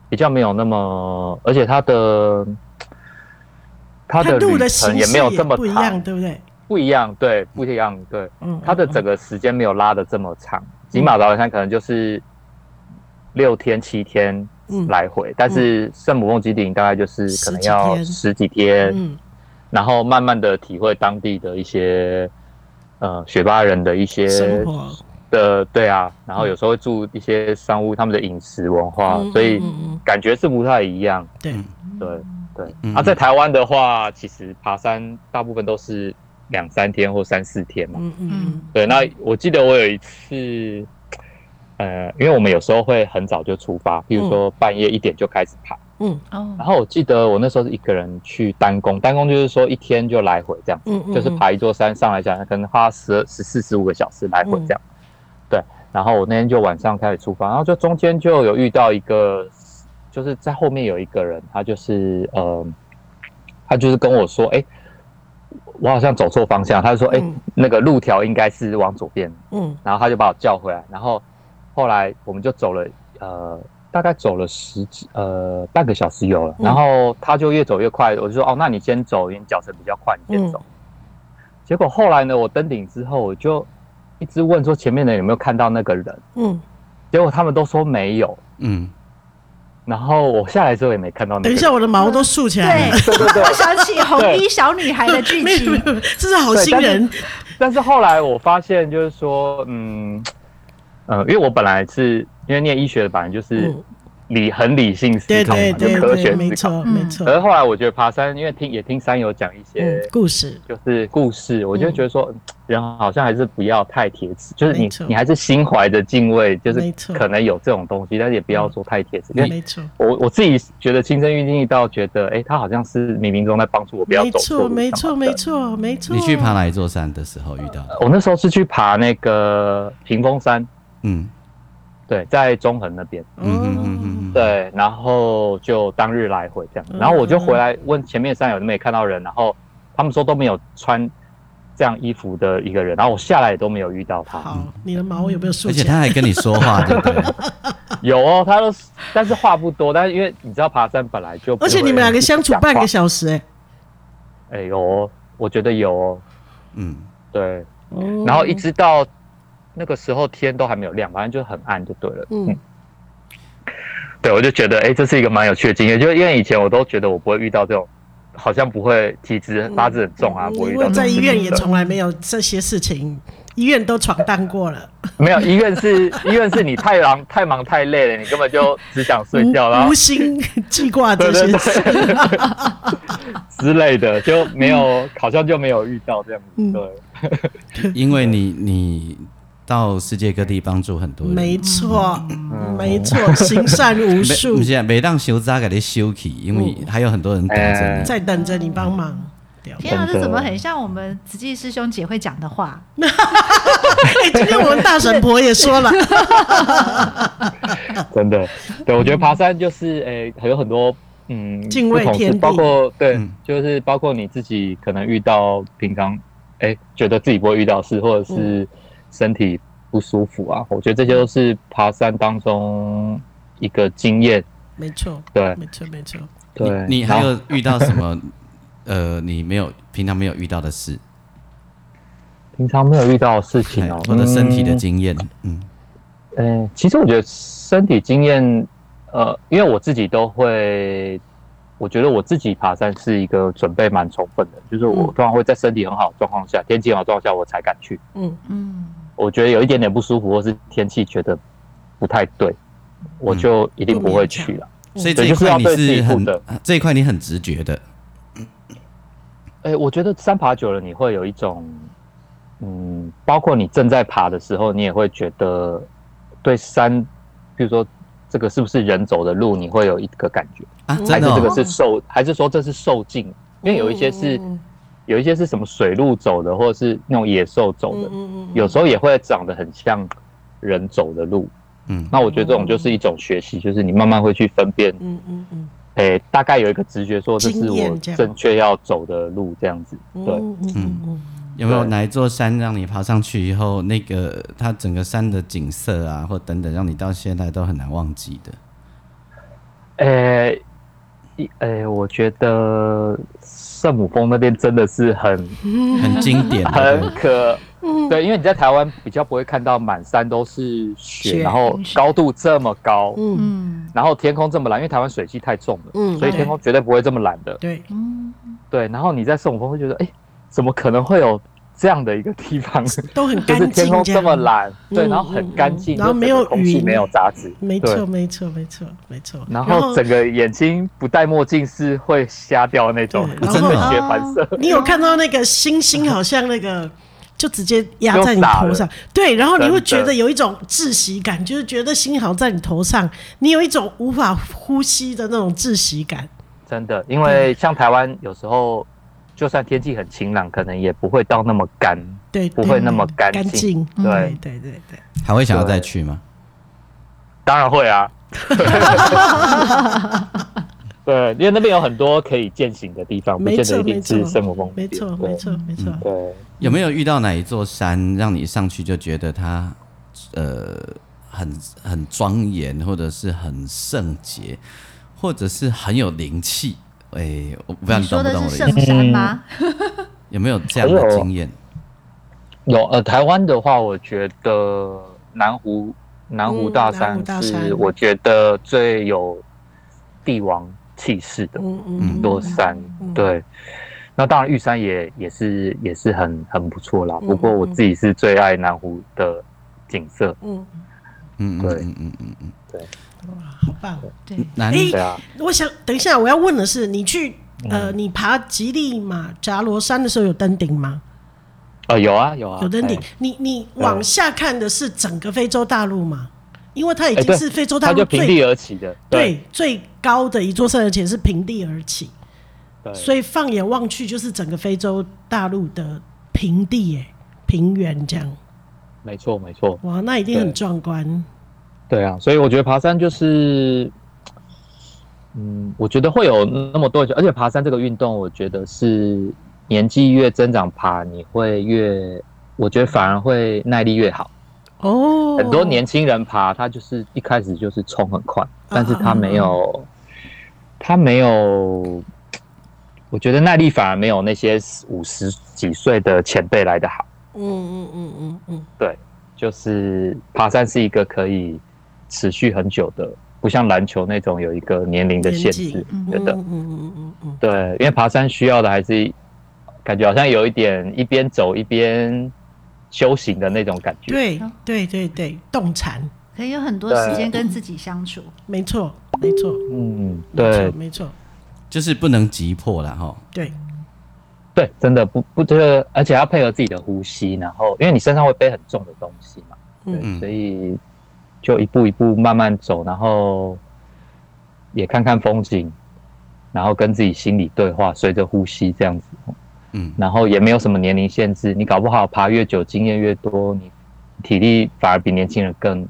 [SPEAKER 4] 比较没有那么，而且它的它
[SPEAKER 2] 它
[SPEAKER 4] 的
[SPEAKER 2] 路的
[SPEAKER 4] 旅
[SPEAKER 2] 形
[SPEAKER 4] 程
[SPEAKER 2] 式
[SPEAKER 4] 也没有这么
[SPEAKER 2] 不一
[SPEAKER 4] 长
[SPEAKER 2] 样，，对不对？
[SPEAKER 4] 不一样，对，不一样，对，
[SPEAKER 2] 嗯，
[SPEAKER 4] 它的整个时间没有拉的这么长。吉马岛山可能就是六天七天
[SPEAKER 2] 嗯
[SPEAKER 4] 来回，但是圣母峰基顶大概就是可能要
[SPEAKER 2] 十
[SPEAKER 4] 十几天，
[SPEAKER 2] 嗯
[SPEAKER 4] 然后慢慢的体会当地的一些呃雪巴人的一些
[SPEAKER 2] 生活
[SPEAKER 4] 的对啊，然后有时候会住一些商务他们的饮食文化，
[SPEAKER 2] 嗯
[SPEAKER 4] 所以嗯
[SPEAKER 2] 嗯嗯嗯
[SPEAKER 4] 感觉是不太一样。
[SPEAKER 2] 对
[SPEAKER 4] 对对，
[SPEAKER 1] 嗯
[SPEAKER 4] 啊，在台湾的话，其实爬山大部分都是两三天或三四天嘛。
[SPEAKER 2] 嗯嗯嗯
[SPEAKER 4] 对，那我记得我有一次，呃，因为我们有时候会很早就出发，譬如说半夜一点就开始爬。
[SPEAKER 2] 嗯
[SPEAKER 3] 哦
[SPEAKER 4] 然，后我记得我那时候是一个人去单攻，单攻就是说一天就来回这样，
[SPEAKER 2] 嗯嗯，
[SPEAKER 4] 就是爬一座山上来讲，可能花十十四十五个小时来回
[SPEAKER 2] 嗯
[SPEAKER 4] 这样。对，然后我那天就晚上开始出发，然后就中间就有遇到一个，就是在后面有一个人，他就是呃，他就是跟我说，哎、我好像走错方向，他就说，哎、
[SPEAKER 2] 嗯
[SPEAKER 4] 那个路条应该是往左边，
[SPEAKER 2] 嗯
[SPEAKER 4] 然后他就把我叫回来，然后后来我们就走了，呃，大概走了十几呃半个小时有了，
[SPEAKER 2] 嗯
[SPEAKER 4] 然后他就越走越快，我就说哦，那你先走，因为你脚程比较快，你先走。
[SPEAKER 2] 嗯
[SPEAKER 4] 结果后来呢，我登顶之后，我就一直问说前面的人有没有看到那个人，
[SPEAKER 2] 嗯，
[SPEAKER 4] 结果他们都说没有，
[SPEAKER 1] 嗯，
[SPEAKER 4] 然后我下来之后也没看到那个
[SPEAKER 2] 等一
[SPEAKER 4] 人。
[SPEAKER 2] 下我的毛都竖起来
[SPEAKER 3] 对
[SPEAKER 2] 了，，
[SPEAKER 3] 我想起红衣小女孩的剧
[SPEAKER 2] 没有没
[SPEAKER 3] 情
[SPEAKER 2] 有，，没有这是好心人，
[SPEAKER 4] 但是后来我发现，就是说，嗯，呃，因为我本来是因为念医学的，本来就是
[SPEAKER 2] 嗯
[SPEAKER 4] 理很理性思
[SPEAKER 2] 对
[SPEAKER 4] 考嘛，
[SPEAKER 2] 嗯对对
[SPEAKER 4] 就科学
[SPEAKER 2] 对，没
[SPEAKER 4] 思考。
[SPEAKER 2] 错
[SPEAKER 3] 嗯
[SPEAKER 2] 没错
[SPEAKER 4] 可，是后来我觉得爬山，因为听也听山友讲一些
[SPEAKER 2] 嗯，故事
[SPEAKER 4] 就是故事，我就觉得说，嗯人好像还是不要太铁齿，就是
[SPEAKER 2] 没
[SPEAKER 4] 你
[SPEAKER 2] 错
[SPEAKER 4] 你还是心怀着敬畏，就是
[SPEAKER 2] 没错
[SPEAKER 4] 可能有这种东西，但是也不要说太铁齿，因为
[SPEAKER 2] 没错。
[SPEAKER 4] 我我自己觉得亲身经历到，觉得哎、诶他好像是冥冥中在帮助我，不要
[SPEAKER 2] 没
[SPEAKER 4] 走错
[SPEAKER 2] 错，
[SPEAKER 4] 路
[SPEAKER 2] 没
[SPEAKER 4] 干
[SPEAKER 2] 错，
[SPEAKER 4] 嘛的
[SPEAKER 2] 没。错，没错。
[SPEAKER 1] 你去爬？哪一座山的时候遇到？
[SPEAKER 4] 我那时候是去爬那个屏风山，
[SPEAKER 1] 嗯
[SPEAKER 4] 对，在中横那边，
[SPEAKER 2] 哦
[SPEAKER 1] 嗯嗯嗯嗯，嗯，
[SPEAKER 4] 对，然后就当日来回这样，
[SPEAKER 2] 嗯
[SPEAKER 4] 然后我就回来问前面山友都没看到人，然后他们说都没有穿这样衣服的一个人，然后我下来也都没有遇到他，
[SPEAKER 2] 好，你的毛有没有竖
[SPEAKER 1] 而且
[SPEAKER 2] 起
[SPEAKER 1] 他
[SPEAKER 2] 来？
[SPEAKER 1] 还跟你说 话，对不对了？
[SPEAKER 4] 有哦，他都但是话不多，但是因为你知道爬山本来就不
[SPEAKER 2] 而且你们两个相处半个
[SPEAKER 4] 会
[SPEAKER 2] 小时，哎，
[SPEAKER 4] 讲话，哎有哦，我觉得有哦，
[SPEAKER 1] 嗯，
[SPEAKER 4] 对，
[SPEAKER 2] 哦
[SPEAKER 4] 然后一直到那个时候天都还没有亮，反正就很暗就对了。
[SPEAKER 2] 嗯
[SPEAKER 4] 对，我就觉得哎、诶这是一个蛮有趣的经验，就因为以前我都觉得我不会遇到这种，好像不会体
[SPEAKER 2] 嗯
[SPEAKER 4] 质八字很重啊，不会遇
[SPEAKER 2] 因为
[SPEAKER 4] 到这种
[SPEAKER 2] 在医院
[SPEAKER 4] 事
[SPEAKER 2] 也
[SPEAKER 4] 情
[SPEAKER 2] 从来没有这些事情，医院都闯荡过了，
[SPEAKER 4] 没有医院是 医院是你太忙太忙太累了，你根本就只想 睡觉，然
[SPEAKER 2] 无
[SPEAKER 4] 后
[SPEAKER 2] 无心记挂
[SPEAKER 4] 对
[SPEAKER 2] 这
[SPEAKER 4] 对
[SPEAKER 2] 些事。
[SPEAKER 4] 对之类的，就没有好像就没有遇到这样
[SPEAKER 2] 嗯
[SPEAKER 4] 子，对。
[SPEAKER 1] 因为你你到世界各地帮助很多 人，
[SPEAKER 2] 没错，
[SPEAKER 4] 嗯
[SPEAKER 2] 没错，行善无数
[SPEAKER 1] 不，是啊，每当修渣给你修起，因为还有很多人等着你。
[SPEAKER 2] 在等着你帮忙。对
[SPEAKER 3] 天啊，
[SPEAKER 4] 真的
[SPEAKER 3] 这怎么很像我们慈济师兄姐会讲的话？
[SPEAKER 2] 哎，今天我们大婶婆也说了，
[SPEAKER 4] 真的，对我觉得爬山就是诶、还有很多嗯，
[SPEAKER 2] 嗯敬畏
[SPEAKER 4] 不同事
[SPEAKER 2] 天地
[SPEAKER 4] 包括对，
[SPEAKER 1] 嗯
[SPEAKER 4] 就是包括你自己可能遇到平常诶、觉得自己不会遇到的事，或者
[SPEAKER 2] 嗯
[SPEAKER 4] 是身体不舒服啊，我觉得这些都是爬山当中一个经验。
[SPEAKER 2] 没错，
[SPEAKER 4] 对
[SPEAKER 2] 没错，没错。
[SPEAKER 4] 对，
[SPEAKER 1] 你你
[SPEAKER 4] 然
[SPEAKER 1] 还
[SPEAKER 4] 后
[SPEAKER 1] 有遇到什么？呃，你没有平常没有遇到的事，
[SPEAKER 4] 平常没有遇到的事情
[SPEAKER 1] 哎
[SPEAKER 4] 哦，
[SPEAKER 1] 或者身体的
[SPEAKER 4] 嗯
[SPEAKER 1] 经验，嗯
[SPEAKER 4] 嗯、其实我觉得身体经验，呃，因为我自己都会，我觉得我自己爬山是一个准备蛮充分的，就是我
[SPEAKER 2] 嗯
[SPEAKER 4] 通常会在身体很好的状况下、天气很好的状况下我才敢去。
[SPEAKER 2] 嗯，
[SPEAKER 3] 嗯，
[SPEAKER 4] 我觉得有一点点不舒服，或是天气觉得不太对，我就一定不会去了。
[SPEAKER 1] 所以这一块你是很这一块你很直觉的，
[SPEAKER 4] 哎、我觉得山爬久了，你会有一种，嗯，包括你正在爬的时候，你也会觉得对山，比如说这个是不是人走的路，你会有一个感觉，
[SPEAKER 1] 啊，
[SPEAKER 4] 还
[SPEAKER 1] 真
[SPEAKER 4] 是
[SPEAKER 1] 的、
[SPEAKER 4] 哎这个
[SPEAKER 1] 哦，
[SPEAKER 4] 是受，还是说这是受尽？因为有一些是
[SPEAKER 2] 嗯
[SPEAKER 4] 有一些是什么水路走的，或者是那种野兽走的，
[SPEAKER 2] 嗯
[SPEAKER 4] 有时候也会长得很像人走的路。
[SPEAKER 1] 嗯，
[SPEAKER 4] 那我觉得这种就是一种学习，就是你慢慢会去分辨，
[SPEAKER 2] 嗯嗯嗯
[SPEAKER 4] 诶、大概有一个直觉说这是
[SPEAKER 2] 经验
[SPEAKER 4] 我
[SPEAKER 2] 这样
[SPEAKER 4] 正确要走的路，这样子。
[SPEAKER 2] 嗯，
[SPEAKER 4] 对，
[SPEAKER 2] 嗯嗯
[SPEAKER 1] 有没有哪一座山让你爬上去以后，那个它整个山的景色啊，或等等，让你到现在都很难忘记的？
[SPEAKER 4] 诶、一诶、我觉得圣母峰那边真的是很
[SPEAKER 1] 很经典的，
[SPEAKER 4] 很可，
[SPEAKER 2] 嗯
[SPEAKER 4] 对，因为你在台湾比较不会看到满山都是雪，
[SPEAKER 2] 雪
[SPEAKER 4] 然后高度这么高，
[SPEAKER 2] 嗯
[SPEAKER 3] 嗯
[SPEAKER 4] 然后天空这么蓝，因为台湾水汽太重了，
[SPEAKER 2] 嗯，
[SPEAKER 4] 所以天空绝对不会这么蓝的。
[SPEAKER 2] 对，
[SPEAKER 3] 嗯，
[SPEAKER 4] 对，然后你在圣母峰会觉得，诶、怎么可能会有这样的一个地方？
[SPEAKER 2] 都很
[SPEAKER 4] 就
[SPEAKER 2] 干
[SPEAKER 4] 是
[SPEAKER 2] 净，
[SPEAKER 4] 天空这么，蓝，
[SPEAKER 2] 嗯
[SPEAKER 4] 对，然后很干净，
[SPEAKER 2] 嗯嗯然后
[SPEAKER 4] 就
[SPEAKER 2] 没有
[SPEAKER 4] 整个空气
[SPEAKER 2] 云
[SPEAKER 4] 没有杂质，
[SPEAKER 2] 没
[SPEAKER 4] 对
[SPEAKER 2] 错，。没错，没错，没错。
[SPEAKER 4] 然后整个眼睛不戴墨镜是会瞎掉那种，
[SPEAKER 2] 对哦
[SPEAKER 4] 就是
[SPEAKER 1] 然后
[SPEAKER 4] 会血反射。
[SPEAKER 2] 你有看到那个星星，好像那个就直接压在你头
[SPEAKER 4] 就洒
[SPEAKER 2] 上，对，然后你会觉
[SPEAKER 4] 真的
[SPEAKER 2] 得有一种窒息感，就是觉得星好像在你头上，你有一种无法呼吸的那种窒息感。
[SPEAKER 4] 真的，因为像台湾有时候，就算天气很晴朗，可能也不会到那么干。
[SPEAKER 2] 对，
[SPEAKER 4] 不
[SPEAKER 2] 对
[SPEAKER 4] 会那么
[SPEAKER 2] 对
[SPEAKER 4] 干
[SPEAKER 2] 干净。
[SPEAKER 4] 净对
[SPEAKER 2] 对对对对，
[SPEAKER 1] 还会想要再去吗？
[SPEAKER 4] 当然会 啊。对，因为那边有很多可以践行的地方，不
[SPEAKER 2] 没
[SPEAKER 4] 见
[SPEAKER 2] 错
[SPEAKER 4] 得一
[SPEAKER 2] 没
[SPEAKER 4] 定
[SPEAKER 2] 错
[SPEAKER 4] 是圣母峰。
[SPEAKER 2] 没错没。错没错。
[SPEAKER 4] 对，
[SPEAKER 1] 有没有遇到哪一座山让你上去就觉得它呃很很庄严，或者是很圣洁，或者是很有灵气？哎、我不知道
[SPEAKER 3] 你
[SPEAKER 1] 你懂
[SPEAKER 3] 说
[SPEAKER 1] 不
[SPEAKER 3] 的
[SPEAKER 1] 懂我
[SPEAKER 3] 是
[SPEAKER 1] 的意思，
[SPEAKER 3] 圣山吗？
[SPEAKER 1] 有没有这样的经验？
[SPEAKER 4] 有呃，台湾的话，我觉得南湖南湖
[SPEAKER 2] 嗯
[SPEAKER 4] 大
[SPEAKER 2] 南
[SPEAKER 4] 山
[SPEAKER 2] 湖大
[SPEAKER 4] 是
[SPEAKER 2] 山
[SPEAKER 4] 我觉得最有帝王气势的
[SPEAKER 2] 嗯嗯
[SPEAKER 4] 一座山。
[SPEAKER 2] 嗯
[SPEAKER 4] 对，那当然玉山也也是也是很很不错啦。
[SPEAKER 2] 嗯
[SPEAKER 4] 不过我自己是最爱南湖的景色。
[SPEAKER 2] 嗯
[SPEAKER 1] 嗯嗯
[SPEAKER 4] 对
[SPEAKER 1] 嗯嗯嗯嗯，
[SPEAKER 2] 好棒！
[SPEAKER 3] 对，
[SPEAKER 1] 难
[SPEAKER 2] 诶
[SPEAKER 4] 对啊，嗯
[SPEAKER 2] 我想等一下，我要问的是，你去呃，你爬吉利马扎罗山的时候有登顶吗？
[SPEAKER 4] 哦，有啊有啊，
[SPEAKER 2] 有登顶
[SPEAKER 4] 哎。
[SPEAKER 2] 你你往下看的是整个非洲大陆吗？因为它已
[SPEAKER 4] 哎
[SPEAKER 2] 经
[SPEAKER 4] 对
[SPEAKER 2] 是非洲大
[SPEAKER 4] 它
[SPEAKER 2] 陆
[SPEAKER 4] 就平
[SPEAKER 2] 最
[SPEAKER 4] 地而起的，
[SPEAKER 2] 对最高的一座山，而且是平地而起，
[SPEAKER 4] 对，
[SPEAKER 2] 所以放眼望去就是整个非洲大陆的平地耶、平原这样。
[SPEAKER 4] 没错没错，
[SPEAKER 2] 哇，那一定很
[SPEAKER 4] 对
[SPEAKER 2] 壮观。
[SPEAKER 4] 对啊，所以我觉得爬山就是，嗯，我觉得会有那么多人，而且爬山这个运动，我觉得是年纪越增长爬，你会越，我觉得反而会耐力越好。
[SPEAKER 2] 哦，嗯
[SPEAKER 4] 很多年轻人爬，他就是一开始就是冲很快，但是他没有，他
[SPEAKER 2] 嗯
[SPEAKER 4] 没有，我觉得耐力反而没有那些五十几岁的前辈来的好。
[SPEAKER 2] 嗯，嗯嗯嗯嗯
[SPEAKER 4] 就是爬山是一个可以持续很久的，不像篮球那种有一个年龄的限制
[SPEAKER 3] 年纪，
[SPEAKER 4] 觉
[SPEAKER 2] 嗯
[SPEAKER 4] 得、
[SPEAKER 2] 嗯嗯嗯嗯
[SPEAKER 4] 对，因为爬山需要的还是感觉好像有一点一边走一边修行的那种感觉。
[SPEAKER 2] 对对对对，动产，
[SPEAKER 3] 可以有很多时间跟自己相处。
[SPEAKER 2] 没错没错，
[SPEAKER 4] 嗯，
[SPEAKER 2] 没错
[SPEAKER 4] 对
[SPEAKER 2] 没错，
[SPEAKER 1] 就是不能急迫啦哈。
[SPEAKER 2] 对，
[SPEAKER 4] 对，真的不不这个，而且要配合自己的呼吸，然后因为你身上会背很重的东西嘛，对，
[SPEAKER 2] 嗯
[SPEAKER 1] 嗯
[SPEAKER 4] 所以就一步一步慢慢走，然后也看看风景，然后跟自己心里对话，随着呼吸这样子。
[SPEAKER 1] 嗯，
[SPEAKER 4] 然后也没有什么年龄限制，你搞不好爬越久，经验越多，你体力反而比年轻人更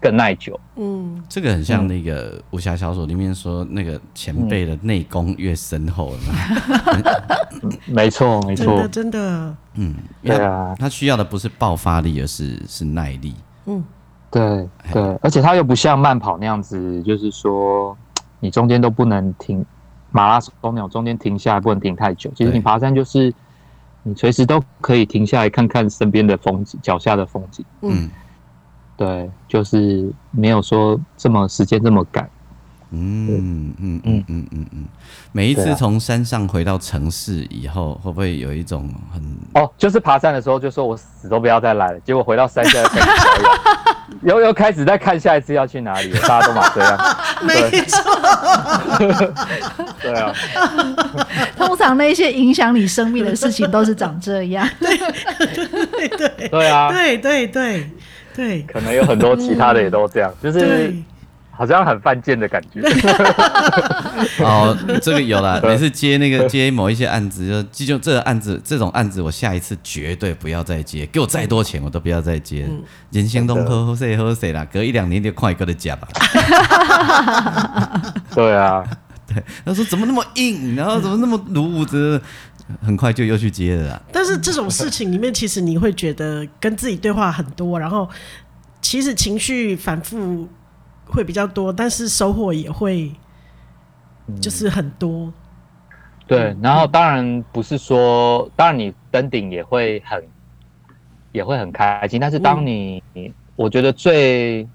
[SPEAKER 4] 更耐久。
[SPEAKER 2] 嗯，
[SPEAKER 1] 这个很像那个武侠小说里面说那个前辈的内功越深厚了嘛。
[SPEAKER 4] 没错，没
[SPEAKER 2] 真的真的，
[SPEAKER 1] 嗯，因
[SPEAKER 4] 对
[SPEAKER 1] 为
[SPEAKER 4] 啊，
[SPEAKER 1] 他需要的不是爆发力，而是是耐力。
[SPEAKER 2] 嗯，
[SPEAKER 4] 对对，而且它又不像慢跑那样子，就是说你中间都不能停，马拉松那种中间停下来不能停太久。其实
[SPEAKER 1] 对
[SPEAKER 4] 你爬山就是你随时都可以停下来看看身边的风景，脚下的风景。
[SPEAKER 2] 嗯
[SPEAKER 1] 嗯
[SPEAKER 4] 对，就是没有说这么时间这么赶。
[SPEAKER 1] 嗯嗯嗯嗯嗯嗯，每一
[SPEAKER 4] 对
[SPEAKER 1] 次
[SPEAKER 4] 啊
[SPEAKER 1] 从山上回到城市以后，会不会有一种很
[SPEAKER 4] 哦，就是爬山的时候就说我死都不要再来了，结果回到山下又开始遥远又又开始在看下一次要去哪里了，大家都嘛这样，
[SPEAKER 2] 没
[SPEAKER 4] 对
[SPEAKER 2] 错，
[SPEAKER 4] 对啊，
[SPEAKER 3] 通常那一些影响你生命的事情都是长这样。
[SPEAKER 4] 对啊，
[SPEAKER 2] 对对对对
[SPEAKER 4] 可能有很多其他的也都这样，就是
[SPEAKER 2] 对，
[SPEAKER 4] 好像很犯贱的感觉，
[SPEAKER 1] 哦，这个有了，每次接那个接某一些案子，就记就这个案子，这种案子我下一次绝对不要再接，给我再多钱我都不要再接。人生东喝喝谁喝谁啦，隔一两年就快哥的家吧。
[SPEAKER 4] 对啊，
[SPEAKER 1] 他说怎么那么硬，然后怎么那么鲁武子，很快就又去接了啦。
[SPEAKER 2] 但是这种事情里面，其实你会觉得跟自己对话很多，然后其实情绪反复会比较多，但是收获也会就是很多，嗯
[SPEAKER 4] 对，然后当然不是说，当然你登顶也会很也会很开心，但是当你、
[SPEAKER 2] 嗯
[SPEAKER 4] 我觉得最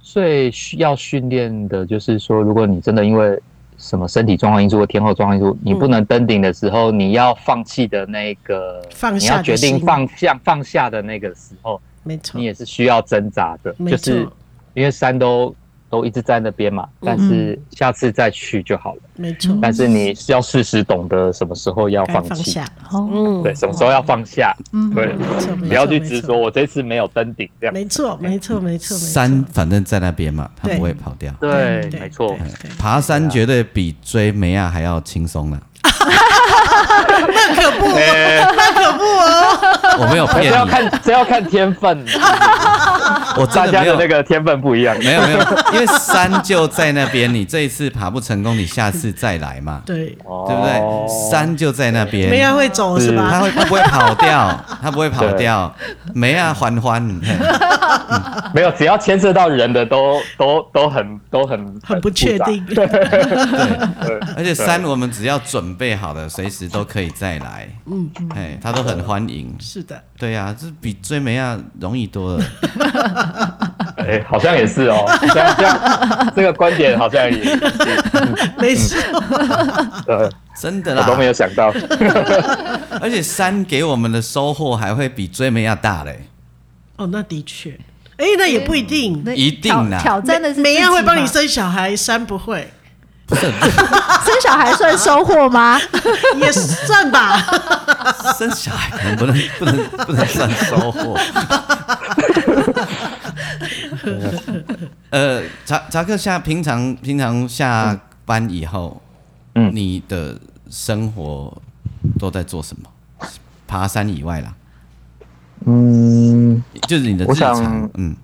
[SPEAKER 4] 最需要训练的就是说，如果你真的因为什么身体状况因素或天候状况因素，你不能登顶的时候，你要放弃的那个
[SPEAKER 2] 放
[SPEAKER 4] 你
[SPEAKER 2] 下的
[SPEAKER 4] 要决定
[SPEAKER 2] 心
[SPEAKER 4] 放下放下的那个时候，
[SPEAKER 2] 没错
[SPEAKER 4] 你，也是需要挣扎的，
[SPEAKER 2] 没
[SPEAKER 4] 就
[SPEAKER 2] 错
[SPEAKER 4] 是因为山都都一直在那边嘛，但是
[SPEAKER 2] 嗯
[SPEAKER 4] 下次再去就好了。
[SPEAKER 2] 没错，
[SPEAKER 4] 但是你是要适时懂得什么时候要
[SPEAKER 2] 该
[SPEAKER 4] 放
[SPEAKER 2] 放
[SPEAKER 4] 弃，
[SPEAKER 2] 下，
[SPEAKER 3] 哦，
[SPEAKER 2] 嗯，
[SPEAKER 4] 对，什么时候要放下，
[SPEAKER 3] 嗯
[SPEAKER 4] 对，
[SPEAKER 2] 没错，没
[SPEAKER 4] 不要
[SPEAKER 2] 错
[SPEAKER 4] 去执着，，我这次没有登顶这样，
[SPEAKER 2] 没错，没错，没错，没错，
[SPEAKER 1] 山反正在那边嘛，他
[SPEAKER 2] 对
[SPEAKER 1] 不会跑掉。
[SPEAKER 2] 对
[SPEAKER 4] 对，
[SPEAKER 2] 嗯对
[SPEAKER 4] 没错，
[SPEAKER 2] 对对
[SPEAKER 1] 爬山绝对比追梅亚还要轻松啦。
[SPEAKER 4] 哎，
[SPEAKER 1] 我没有
[SPEAKER 4] 这
[SPEAKER 1] 骗
[SPEAKER 4] 要
[SPEAKER 1] 你，
[SPEAKER 4] 看这要看天分，
[SPEAKER 1] 我
[SPEAKER 4] 大
[SPEAKER 1] 真的
[SPEAKER 4] 家
[SPEAKER 1] 没
[SPEAKER 4] 的
[SPEAKER 1] 有
[SPEAKER 4] 那个天分不一样，
[SPEAKER 1] 没有没有，因为山就在那边，你这一次爬不成功，你下次再来嘛，
[SPEAKER 2] 对，
[SPEAKER 4] 对
[SPEAKER 1] 对不对？山就在那
[SPEAKER 2] 梅
[SPEAKER 3] 啊
[SPEAKER 1] 边，
[SPEAKER 2] 亚会走是
[SPEAKER 1] 他
[SPEAKER 2] 吧？
[SPEAKER 1] 会他不会跑 掉？他不会跑掉，没啊，欢欢，嘿
[SPEAKER 4] 没有，只要牵涉到人的都都都很都很
[SPEAKER 2] 很不确定，
[SPEAKER 4] 复杂对，
[SPEAKER 1] 而且山我们只要准备好了，随时都可以再来，嗯，哎，他都很欢迎，
[SPEAKER 2] 是的，
[SPEAKER 1] 对呀、这比追梅亚容易多了，
[SPEAKER 4] 哎，好像也是哦，这样这样这个观点好像也是，
[SPEAKER 1] 啊
[SPEAKER 2] 没事，
[SPEAKER 4] 呃，
[SPEAKER 1] 真的
[SPEAKER 4] 我都没
[SPEAKER 1] 啦。
[SPEAKER 4] 有想到，
[SPEAKER 1] 而且山给我们的收获还会比追梅亚大嘞，
[SPEAKER 2] 哦，那的确，哎、那也不一定。
[SPEAKER 3] 那
[SPEAKER 1] 一定
[SPEAKER 3] 挑
[SPEAKER 1] 啦
[SPEAKER 3] 挑战的是
[SPEAKER 2] 梅亚
[SPEAKER 3] 自己
[SPEAKER 2] 会帮你
[SPEAKER 3] 嘛
[SPEAKER 2] 生小孩，山不会，
[SPEAKER 3] 生小孩算收获吗？
[SPEAKER 2] 也算吧。
[SPEAKER 1] 生小孩可能不能不能不能算收获。 呃，查查克下平常平常下班以后，
[SPEAKER 4] 嗯
[SPEAKER 1] 你的生活都在做什么？爬山以外啦，
[SPEAKER 4] 嗯，
[SPEAKER 1] 就是你的
[SPEAKER 4] 我
[SPEAKER 1] 日常
[SPEAKER 4] 想，
[SPEAKER 1] 嗯，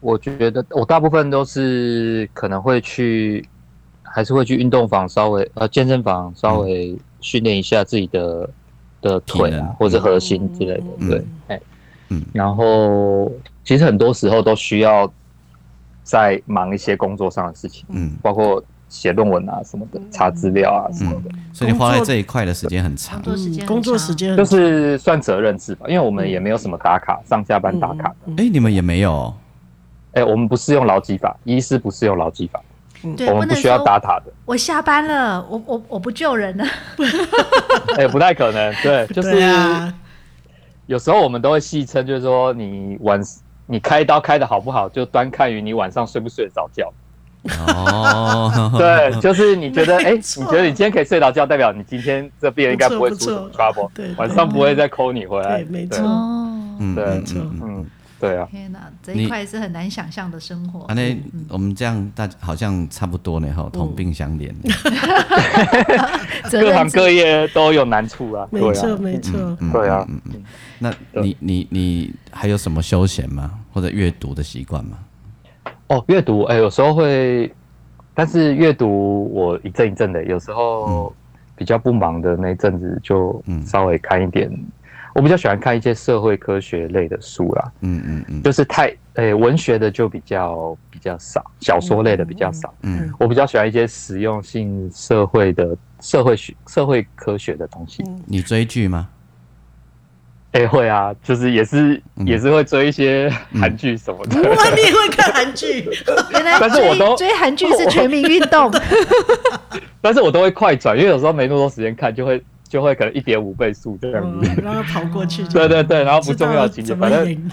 [SPEAKER 4] 我觉得我大部分都是可能会去，还是会去运动房稍微呃健身房稍微训练一下自己的的
[SPEAKER 1] 嗯
[SPEAKER 4] 腿
[SPEAKER 1] 体能
[SPEAKER 4] 啊，或者核心之类
[SPEAKER 3] 哦
[SPEAKER 4] 的。
[SPEAKER 1] 嗯
[SPEAKER 4] 对，哎，
[SPEAKER 1] 嗯
[SPEAKER 4] 然后其实很多时候都需要在忙一些工作上的事情，
[SPEAKER 1] 嗯，
[SPEAKER 4] 包括写论文啊什么
[SPEAKER 3] 嗯
[SPEAKER 4] 的，查资料啊什么的，
[SPEAKER 1] 所以你花在这一块的时间很长
[SPEAKER 3] 工。作时间很长，
[SPEAKER 2] 工作时间很
[SPEAKER 4] 就是算责任制吧，因为我们也没有什么打卡，上下班
[SPEAKER 3] 嗯
[SPEAKER 4] 打卡。
[SPEAKER 1] 哎、你们也没有 哦，
[SPEAKER 4] 哎、我们不适用劳基法，医师不适用劳基法，
[SPEAKER 3] 对，
[SPEAKER 4] 我
[SPEAKER 3] 不
[SPEAKER 4] 们不
[SPEAKER 3] 能
[SPEAKER 4] 需要
[SPEAKER 3] 说
[SPEAKER 4] 打卡的。
[SPEAKER 3] 我下班了，我我我不救人了，
[SPEAKER 4] 哎、不太可能。对，就是
[SPEAKER 2] 对啊，
[SPEAKER 4] 有时候我们都会戏称，就是说你晚你开刀开的好不好，就端看于你晚上睡不睡得着觉。
[SPEAKER 1] 哦，
[SPEAKER 4] 对，就是你觉得哎、
[SPEAKER 2] 嗯没错
[SPEAKER 4] 你觉得你今天可以睡着觉，代表你今天这病人应该不会
[SPEAKER 2] 不
[SPEAKER 4] 出
[SPEAKER 2] 错
[SPEAKER 4] 什么 trouble，
[SPEAKER 2] 对对
[SPEAKER 4] 晚上不会再 call 你回来。
[SPEAKER 2] 对没
[SPEAKER 4] 对
[SPEAKER 2] 错
[SPEAKER 3] 哦，
[SPEAKER 1] 嗯
[SPEAKER 4] 对
[SPEAKER 1] 嗯
[SPEAKER 2] 错
[SPEAKER 1] 嗯嗯。
[SPEAKER 4] 嗯，对啊，
[SPEAKER 3] 天哪，这
[SPEAKER 1] 你
[SPEAKER 3] 一块是很难想象的生活
[SPEAKER 1] 反。正我们这样大好像差不多呢，哈，同病相怜。
[SPEAKER 3] 嗯责
[SPEAKER 4] 各行
[SPEAKER 3] 任制
[SPEAKER 4] 各业都有难处啊。对
[SPEAKER 2] 没错
[SPEAKER 4] 啊，
[SPEAKER 2] 没错。
[SPEAKER 1] 嗯
[SPEAKER 4] 对啊，
[SPEAKER 1] 嗯嗯嗯。那你你你还有什么休闲吗？或者阅读的习惯吗？
[SPEAKER 4] 哦，阅读，哎、有时候会，但是阅读我一阵一阵的，有时候比较不忙的那一阵子就
[SPEAKER 1] 嗯
[SPEAKER 4] 稍微看一点。我比较喜欢看一些社会科学类的书啦，
[SPEAKER 1] 嗯嗯嗯
[SPEAKER 4] 就是太诶、文学的就比较比较少，小说类的比较少。
[SPEAKER 1] 嗯
[SPEAKER 4] 我比较喜欢一些实用性社会的社会学、社会科学的东西。
[SPEAKER 2] 嗯
[SPEAKER 1] 你追剧吗？
[SPEAKER 4] 哎、会啊，就是也是、
[SPEAKER 1] 嗯
[SPEAKER 4] 也是会追一些韩剧什么的。
[SPEAKER 2] 哇，你也会看韩 剧？
[SPEAKER 3] 原来
[SPEAKER 4] 但是我
[SPEAKER 3] 追
[SPEAKER 4] 都
[SPEAKER 3] 追韩剧是全民运 动，
[SPEAKER 4] 但是我都会快转，因为有时候没那么多时间看，就会就会可能一点五倍速这样
[SPEAKER 2] 嗯
[SPEAKER 4] 子。
[SPEAKER 2] 让他跑过去就
[SPEAKER 4] 啊对对对，然后不
[SPEAKER 2] 知道
[SPEAKER 4] 重要的情节，
[SPEAKER 2] 怎么
[SPEAKER 4] 反正
[SPEAKER 2] 演。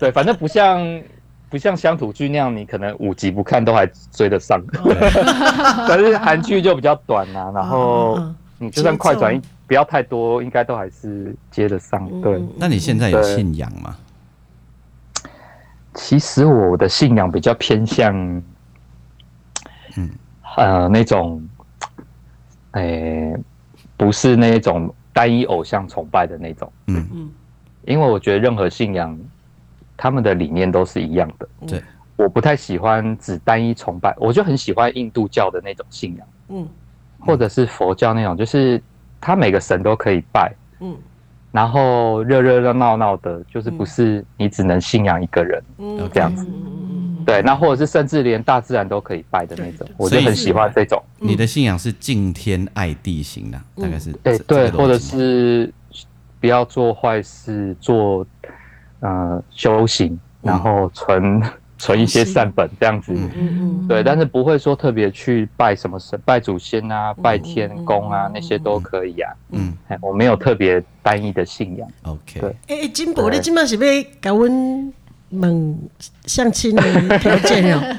[SPEAKER 4] 对，反正不像不像乡土剧那样，你可能五集不看都还追得上。
[SPEAKER 2] 哦
[SPEAKER 4] 但是韩剧就比较短啊，然后
[SPEAKER 2] 嗯嗯嗯
[SPEAKER 4] 你就算快转
[SPEAKER 2] 节，
[SPEAKER 4] 不要太多，应该都还是接得上。对，
[SPEAKER 2] 嗯
[SPEAKER 1] 那你现在有信仰吗？
[SPEAKER 4] 其实我的信仰比较偏向，
[SPEAKER 1] 嗯
[SPEAKER 4] 嗯，呃，那种，诶、不是那种单一偶像崇拜的那种，
[SPEAKER 1] 嗯，
[SPEAKER 2] 嗯
[SPEAKER 4] 因为我觉得任何信仰，他们的理念都是一样的。
[SPEAKER 1] 对，
[SPEAKER 4] 我不太喜欢只单一崇拜，我就很喜欢印度教的那种信仰，
[SPEAKER 2] 嗯
[SPEAKER 4] 或者是佛教那种，就是他每个神都可以拜，
[SPEAKER 2] 嗯
[SPEAKER 4] 然后热热闹闹的，就是不是你只能信仰一个人。
[SPEAKER 2] 嗯，
[SPEAKER 4] 这样子
[SPEAKER 2] 嗯。嗯嗯嗯
[SPEAKER 4] 对，那或者是甚至连大自然都可以拜的那种
[SPEAKER 2] 对，
[SPEAKER 4] 我就很喜欢这种。
[SPEAKER 2] 嗯
[SPEAKER 1] 你的信仰是敬天爱地型的，大概是
[SPEAKER 4] 哎、
[SPEAKER 1] 这
[SPEAKER 4] 对，
[SPEAKER 1] 这个
[SPEAKER 4] 或者
[SPEAKER 1] 逻辑吗
[SPEAKER 4] 是不要做坏事，做呃修行，然后存、存一些善本这样子。
[SPEAKER 1] 嗯
[SPEAKER 2] 嗯
[SPEAKER 4] 对，但是不会说特别去拜什么神，拜祖先啊，
[SPEAKER 2] 嗯
[SPEAKER 4] 拜天公啊，
[SPEAKER 2] 嗯嗯
[SPEAKER 4] 那些都可以啊。
[SPEAKER 1] 嗯
[SPEAKER 4] 哎，我没有特别单一的信仰。
[SPEAKER 1] ，OK，
[SPEAKER 4] 对
[SPEAKER 2] 诶，欸金博，
[SPEAKER 4] 对
[SPEAKER 2] 你今麦是要甲阮问相亲的条件 哦？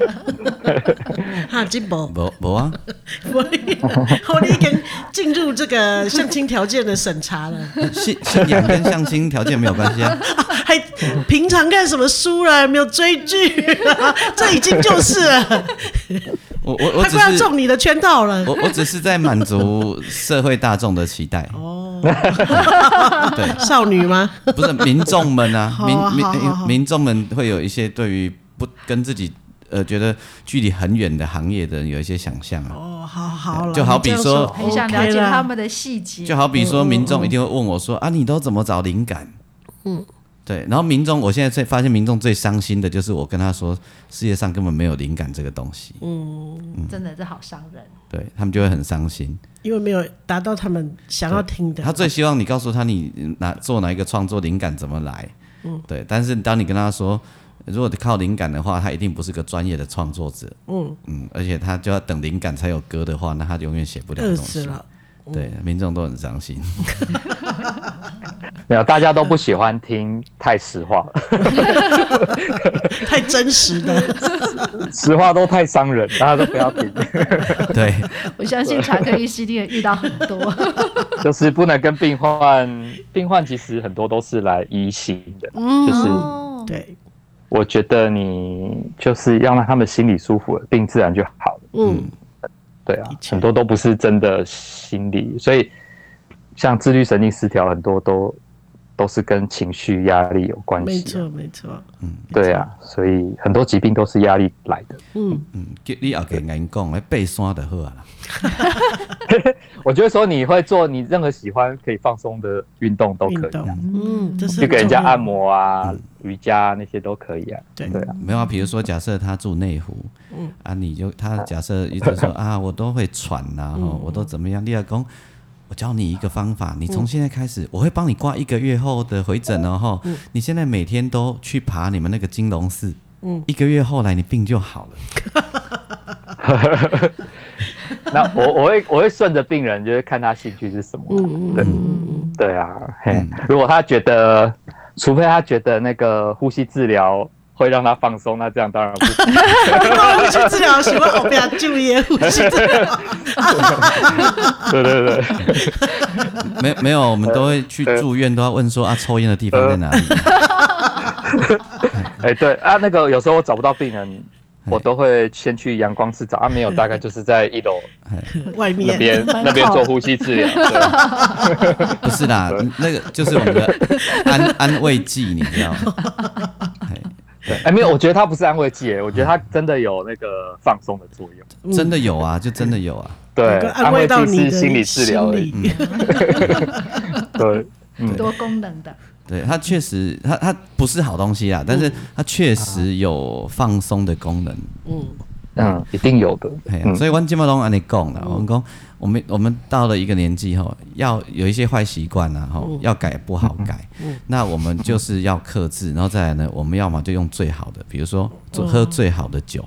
[SPEAKER 2] 哈，金博，
[SPEAKER 1] 无无啊，
[SPEAKER 2] 我我已经进入这个相亲条件的审查了，
[SPEAKER 1] 信信仰跟相亲条件没有关系啊。
[SPEAKER 2] 还平常看什么书啦，有没有追剧 啦，这已经就是了，
[SPEAKER 1] 我我我
[SPEAKER 2] 他
[SPEAKER 1] 只
[SPEAKER 2] 快要
[SPEAKER 1] 是
[SPEAKER 2] 中你的圈套了。
[SPEAKER 1] 我我只是在满足社会大众的期待，
[SPEAKER 2] 哦，
[SPEAKER 1] 对，
[SPEAKER 2] 少女 吗？
[SPEAKER 1] 不是民众们啊，
[SPEAKER 2] 好
[SPEAKER 1] 民
[SPEAKER 2] 啊好啊好啊
[SPEAKER 1] 民民众们会有一些对于不跟自己呃觉得距离很远的行业的人有一些想象啊，
[SPEAKER 2] 哦，好好嗯了，
[SPEAKER 1] 就好比
[SPEAKER 2] 你这样
[SPEAKER 1] 说
[SPEAKER 3] 很想了
[SPEAKER 2] OK
[SPEAKER 3] 解
[SPEAKER 2] 啦
[SPEAKER 3] 他们的细节。
[SPEAKER 1] 就好比说民众一定会问我说啊，你都怎么找灵感？嗯，对，然后民众我现在最发现民众最伤心的就是我跟他说世界上根本没有灵感这个东西，
[SPEAKER 3] 真的是好伤人。
[SPEAKER 1] 对他们就会很伤心。
[SPEAKER 2] 因为没有达到他们想要听的。
[SPEAKER 1] 他最希望你告诉他你哪做哪一个创作灵感怎么来，嗯，对。但是当你跟他说，如果靠灵感的话，他一定不是个专业的创作者，嗯嗯，而且他就要等灵感才有歌的话，那他永远写不了嗯
[SPEAKER 2] 饿
[SPEAKER 1] 东
[SPEAKER 2] 死
[SPEAKER 1] 西。
[SPEAKER 2] 了，
[SPEAKER 1] 对，民众都很伤心。
[SPEAKER 4] 没有，大家都不喜欢听太实话了，
[SPEAKER 2] 太真实的。
[SPEAKER 4] 实话都太伤人，大家都不要听，
[SPEAKER 1] 对，
[SPEAKER 3] 我相信查克医师一定也遇到很多。
[SPEAKER 4] 就是不能跟病患。病患其实很多都是来医心的，
[SPEAKER 2] 嗯
[SPEAKER 4] 就是
[SPEAKER 3] 哦，
[SPEAKER 2] 对，
[SPEAKER 4] 我觉得你就是要让他们心里舒服了，病自然就好了。
[SPEAKER 2] 嗯，
[SPEAKER 4] 对啊
[SPEAKER 2] 的，确
[SPEAKER 4] 很多都不是真的心理，所以像自律神经失调，很多都都是跟情绪压力有关
[SPEAKER 2] 没
[SPEAKER 4] 系啊。
[SPEAKER 2] 错，没错，
[SPEAKER 1] 嗯
[SPEAKER 4] 对啊，所以很多疾病都是压力来的。
[SPEAKER 2] 嗯，
[SPEAKER 1] 嗯，叫你也给人讲，要爬山就好啊啦。
[SPEAKER 4] 我觉得说你会做你任何喜欢可以放松的运动都
[SPEAKER 2] 运
[SPEAKER 4] 可以、啊，
[SPEAKER 2] 动，嗯，这是
[SPEAKER 4] 去给人家
[SPEAKER 2] 很重要的嗯
[SPEAKER 4] 按，摩啊、瑜伽、啊、那些都可以啊。
[SPEAKER 2] 对
[SPEAKER 4] 对 啊，
[SPEAKER 1] 没有啊，比如说假设他住内湖，啊，你就他假设一直说啊，我都会喘呐、吼我都怎么样，你要讲。我教你一个方法，你从现在开始，我会帮你挂一个月后的回诊哦。吼你现在每天都去爬你们那个金龙寺，
[SPEAKER 2] 嗯
[SPEAKER 1] 一个月后来你病就好了。
[SPEAKER 4] 那我我会我会顺着病人，就是看他兴趣是什么啊、
[SPEAKER 2] 嗯嗯
[SPEAKER 4] 对
[SPEAKER 2] 嗯
[SPEAKER 4] 对啊，嘿，如果他觉得，除非他觉得那个呼吸治疗会让他放松，那这样当然不 行。
[SPEAKER 2] 嗯，呼吸治疗喜欢我不要注意呼吸治疗，
[SPEAKER 4] 对对对，
[SPEAKER 1] 没没有，我们都会去住院，都要问说啊，抽烟的地方在哪里？
[SPEAKER 4] 哎、对啊，那个有时候我找不到病人，我都会先去阳光市找啊，没有，大概就是在一楼
[SPEAKER 2] 外
[SPEAKER 4] 那
[SPEAKER 2] 面
[SPEAKER 4] 边那边做呼吸治疗。对
[SPEAKER 1] 不是啦，那个就是我们的安安慰剂，你知道吗？
[SPEAKER 4] 对，哎、没有，我觉得它不是安慰剂，哎我觉得它真的有那个放松的作用。
[SPEAKER 1] 真的有啊，就真的有啊。
[SPEAKER 4] 对
[SPEAKER 2] 能够，
[SPEAKER 4] 安
[SPEAKER 2] 慰到
[SPEAKER 4] 剂
[SPEAKER 2] 你
[SPEAKER 4] 是
[SPEAKER 2] 的
[SPEAKER 4] 心理治疗而已。
[SPEAKER 2] 心
[SPEAKER 4] 嗯
[SPEAKER 2] 理嗯
[SPEAKER 4] 对，嗯，
[SPEAKER 3] 多功能 的，
[SPEAKER 1] 对，它确实，它它不是好东西啦，但是它确实有放松的功能。
[SPEAKER 2] 嗯
[SPEAKER 4] 嗯，一定有的。
[SPEAKER 1] 哎、
[SPEAKER 4] 嗯
[SPEAKER 1] 所以我今麦拢安尼讲啦，我们讲我们我们到了一个年纪后，要有一些坏习惯啊，吼，要改不好改， 那我们就是要克制，然后再来呢，我们要么就用最好的，比如说做喝最好的酒，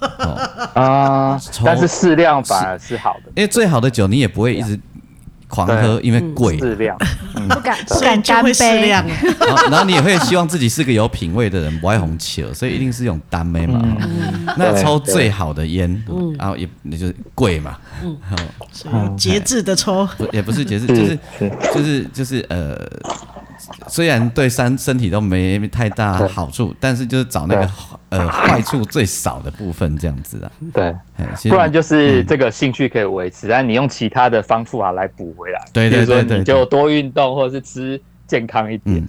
[SPEAKER 4] 啊、
[SPEAKER 1] 从
[SPEAKER 4] 但是适量反而是好的。
[SPEAKER 1] 因为最好的酒你也不会一直狂喝，因为贵，
[SPEAKER 4] 适量，
[SPEAKER 3] 不敢不
[SPEAKER 2] 所以
[SPEAKER 3] 敢
[SPEAKER 2] 就
[SPEAKER 3] 干
[SPEAKER 2] 会适
[SPEAKER 3] 杯。
[SPEAKER 2] 量，啊
[SPEAKER 4] 嗯
[SPEAKER 1] 然 后然后你也会希望自己是个有品味的人，不爱红酒，所以一定是用单杯嘛。吼那
[SPEAKER 4] 对
[SPEAKER 1] 抽
[SPEAKER 4] 对嗯
[SPEAKER 1] 最好的烟，然后也那就是贵嘛，
[SPEAKER 2] 所以要节制的抽，
[SPEAKER 1] 不 也不是节制，
[SPEAKER 4] 嗯
[SPEAKER 1] 就是是就是就是呃，虽然对身身体都没太大好处，但是就是找那个
[SPEAKER 4] 对
[SPEAKER 1] 呃坏处最少的部分这样子啊。
[SPEAKER 4] 对，嗯
[SPEAKER 1] 嘿其实
[SPEAKER 4] 不然就是这个兴趣可以维持，但你用其他的方法来补回来。
[SPEAKER 1] 对对
[SPEAKER 4] 比如
[SPEAKER 1] 对对
[SPEAKER 4] 说你就多运动，或者是吃健康一点，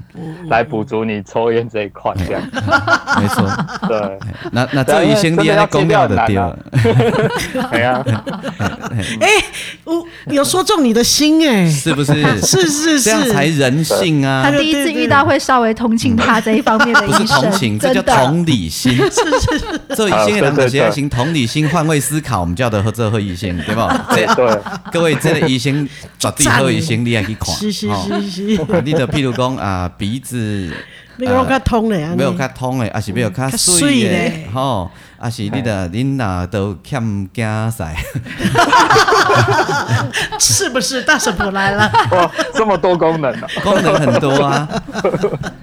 [SPEAKER 4] 来补足你抽烟这一块，这样
[SPEAKER 1] 没 错，
[SPEAKER 4] 对。
[SPEAKER 1] 嘿那那这一星
[SPEAKER 4] 真
[SPEAKER 1] 你
[SPEAKER 4] 的
[SPEAKER 1] 在
[SPEAKER 4] 要
[SPEAKER 1] 公
[SPEAKER 4] 戒
[SPEAKER 1] 庙
[SPEAKER 4] 掉
[SPEAKER 1] 的
[SPEAKER 4] 很
[SPEAKER 1] 丢
[SPEAKER 4] 难啊
[SPEAKER 1] 了，
[SPEAKER 4] 哎呀，
[SPEAKER 2] 我有说中你的心哎，
[SPEAKER 1] 嗯 是不是？
[SPEAKER 2] 是是
[SPEAKER 1] 这样才
[SPEAKER 2] 是，
[SPEAKER 1] 人性啊
[SPEAKER 2] 他就，
[SPEAKER 3] 第一次遇到会稍微同情他这一方面的
[SPEAKER 1] 不是
[SPEAKER 3] 医
[SPEAKER 1] 同
[SPEAKER 3] 生，
[SPEAKER 1] 情，这
[SPEAKER 3] 真的。
[SPEAKER 1] 叫同理心。这一星的人就是要行同理心、换位思考，我们叫的这和一星，对吧？这
[SPEAKER 4] 对，
[SPEAKER 1] 各位这个医生绝对好医生，你也去看。
[SPEAKER 2] 是是
[SPEAKER 1] 吼
[SPEAKER 2] 是是，
[SPEAKER 1] 啊，你就譬如讲啊，鼻子
[SPEAKER 2] 那个我较通了呀，
[SPEAKER 1] 没有较通的，啊是没有较
[SPEAKER 2] 较
[SPEAKER 1] 水
[SPEAKER 2] 水
[SPEAKER 1] 的
[SPEAKER 2] 的，
[SPEAKER 1] 吼，啊是你的恁若都欠加赛，
[SPEAKER 2] 是不是大婶婆来了？
[SPEAKER 1] 嗯
[SPEAKER 4] 哇，这么多功能啊！
[SPEAKER 1] 功能很多啊。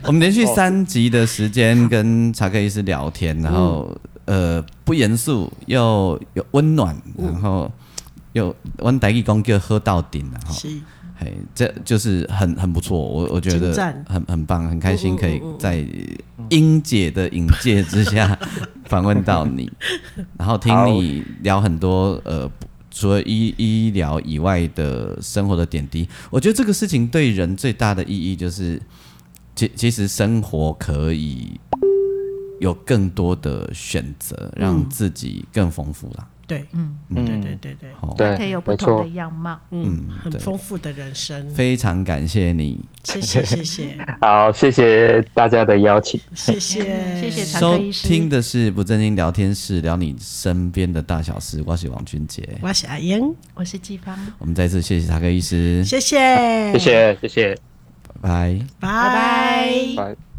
[SPEAKER 1] 我们连续三集的时间跟查克医师聊天，然后呃不严肃又有温暖，然后又阮台语讲叫喝到顶了吼。
[SPEAKER 2] 是，
[SPEAKER 1] 嘿，这就是很很不错，我我觉得
[SPEAKER 2] 精湛嗯
[SPEAKER 1] 很很棒，很开心可以在英姐的引介 之下访问到你，然后听你聊很多呃，不除了医医疗以外的生活的点滴，我觉得这个事情对人最大的意义就是，其其实生活可以有更多的选择，
[SPEAKER 2] 嗯
[SPEAKER 1] 让自己更丰富啦。
[SPEAKER 2] 对，
[SPEAKER 4] 嗯
[SPEAKER 2] 对对对对，
[SPEAKER 1] 好、
[SPEAKER 4] 对，
[SPEAKER 3] 可以有不
[SPEAKER 4] 没
[SPEAKER 3] 同的
[SPEAKER 4] 错，
[SPEAKER 3] 样貌。
[SPEAKER 2] 嗯，很
[SPEAKER 1] 对
[SPEAKER 2] 丰富的人生，
[SPEAKER 1] 非常感谢你。
[SPEAKER 2] 谢谢谢谢
[SPEAKER 4] 好，谢谢大家的邀请，
[SPEAKER 2] 谢谢
[SPEAKER 3] 谢谢常科
[SPEAKER 1] 收
[SPEAKER 3] 医师
[SPEAKER 1] 听的是不正经聊天室，聊你身边的大小事。我是王俊杰，
[SPEAKER 2] 我是阿英，
[SPEAKER 3] 我是季芳，
[SPEAKER 1] 我们再次谢谢查克医师，
[SPEAKER 2] 谢谢
[SPEAKER 3] 哎
[SPEAKER 4] 谢，谢，谢谢，
[SPEAKER 1] 拜拜。
[SPEAKER 2] 拜
[SPEAKER 3] 拜拜
[SPEAKER 2] 拜。
[SPEAKER 4] 拜。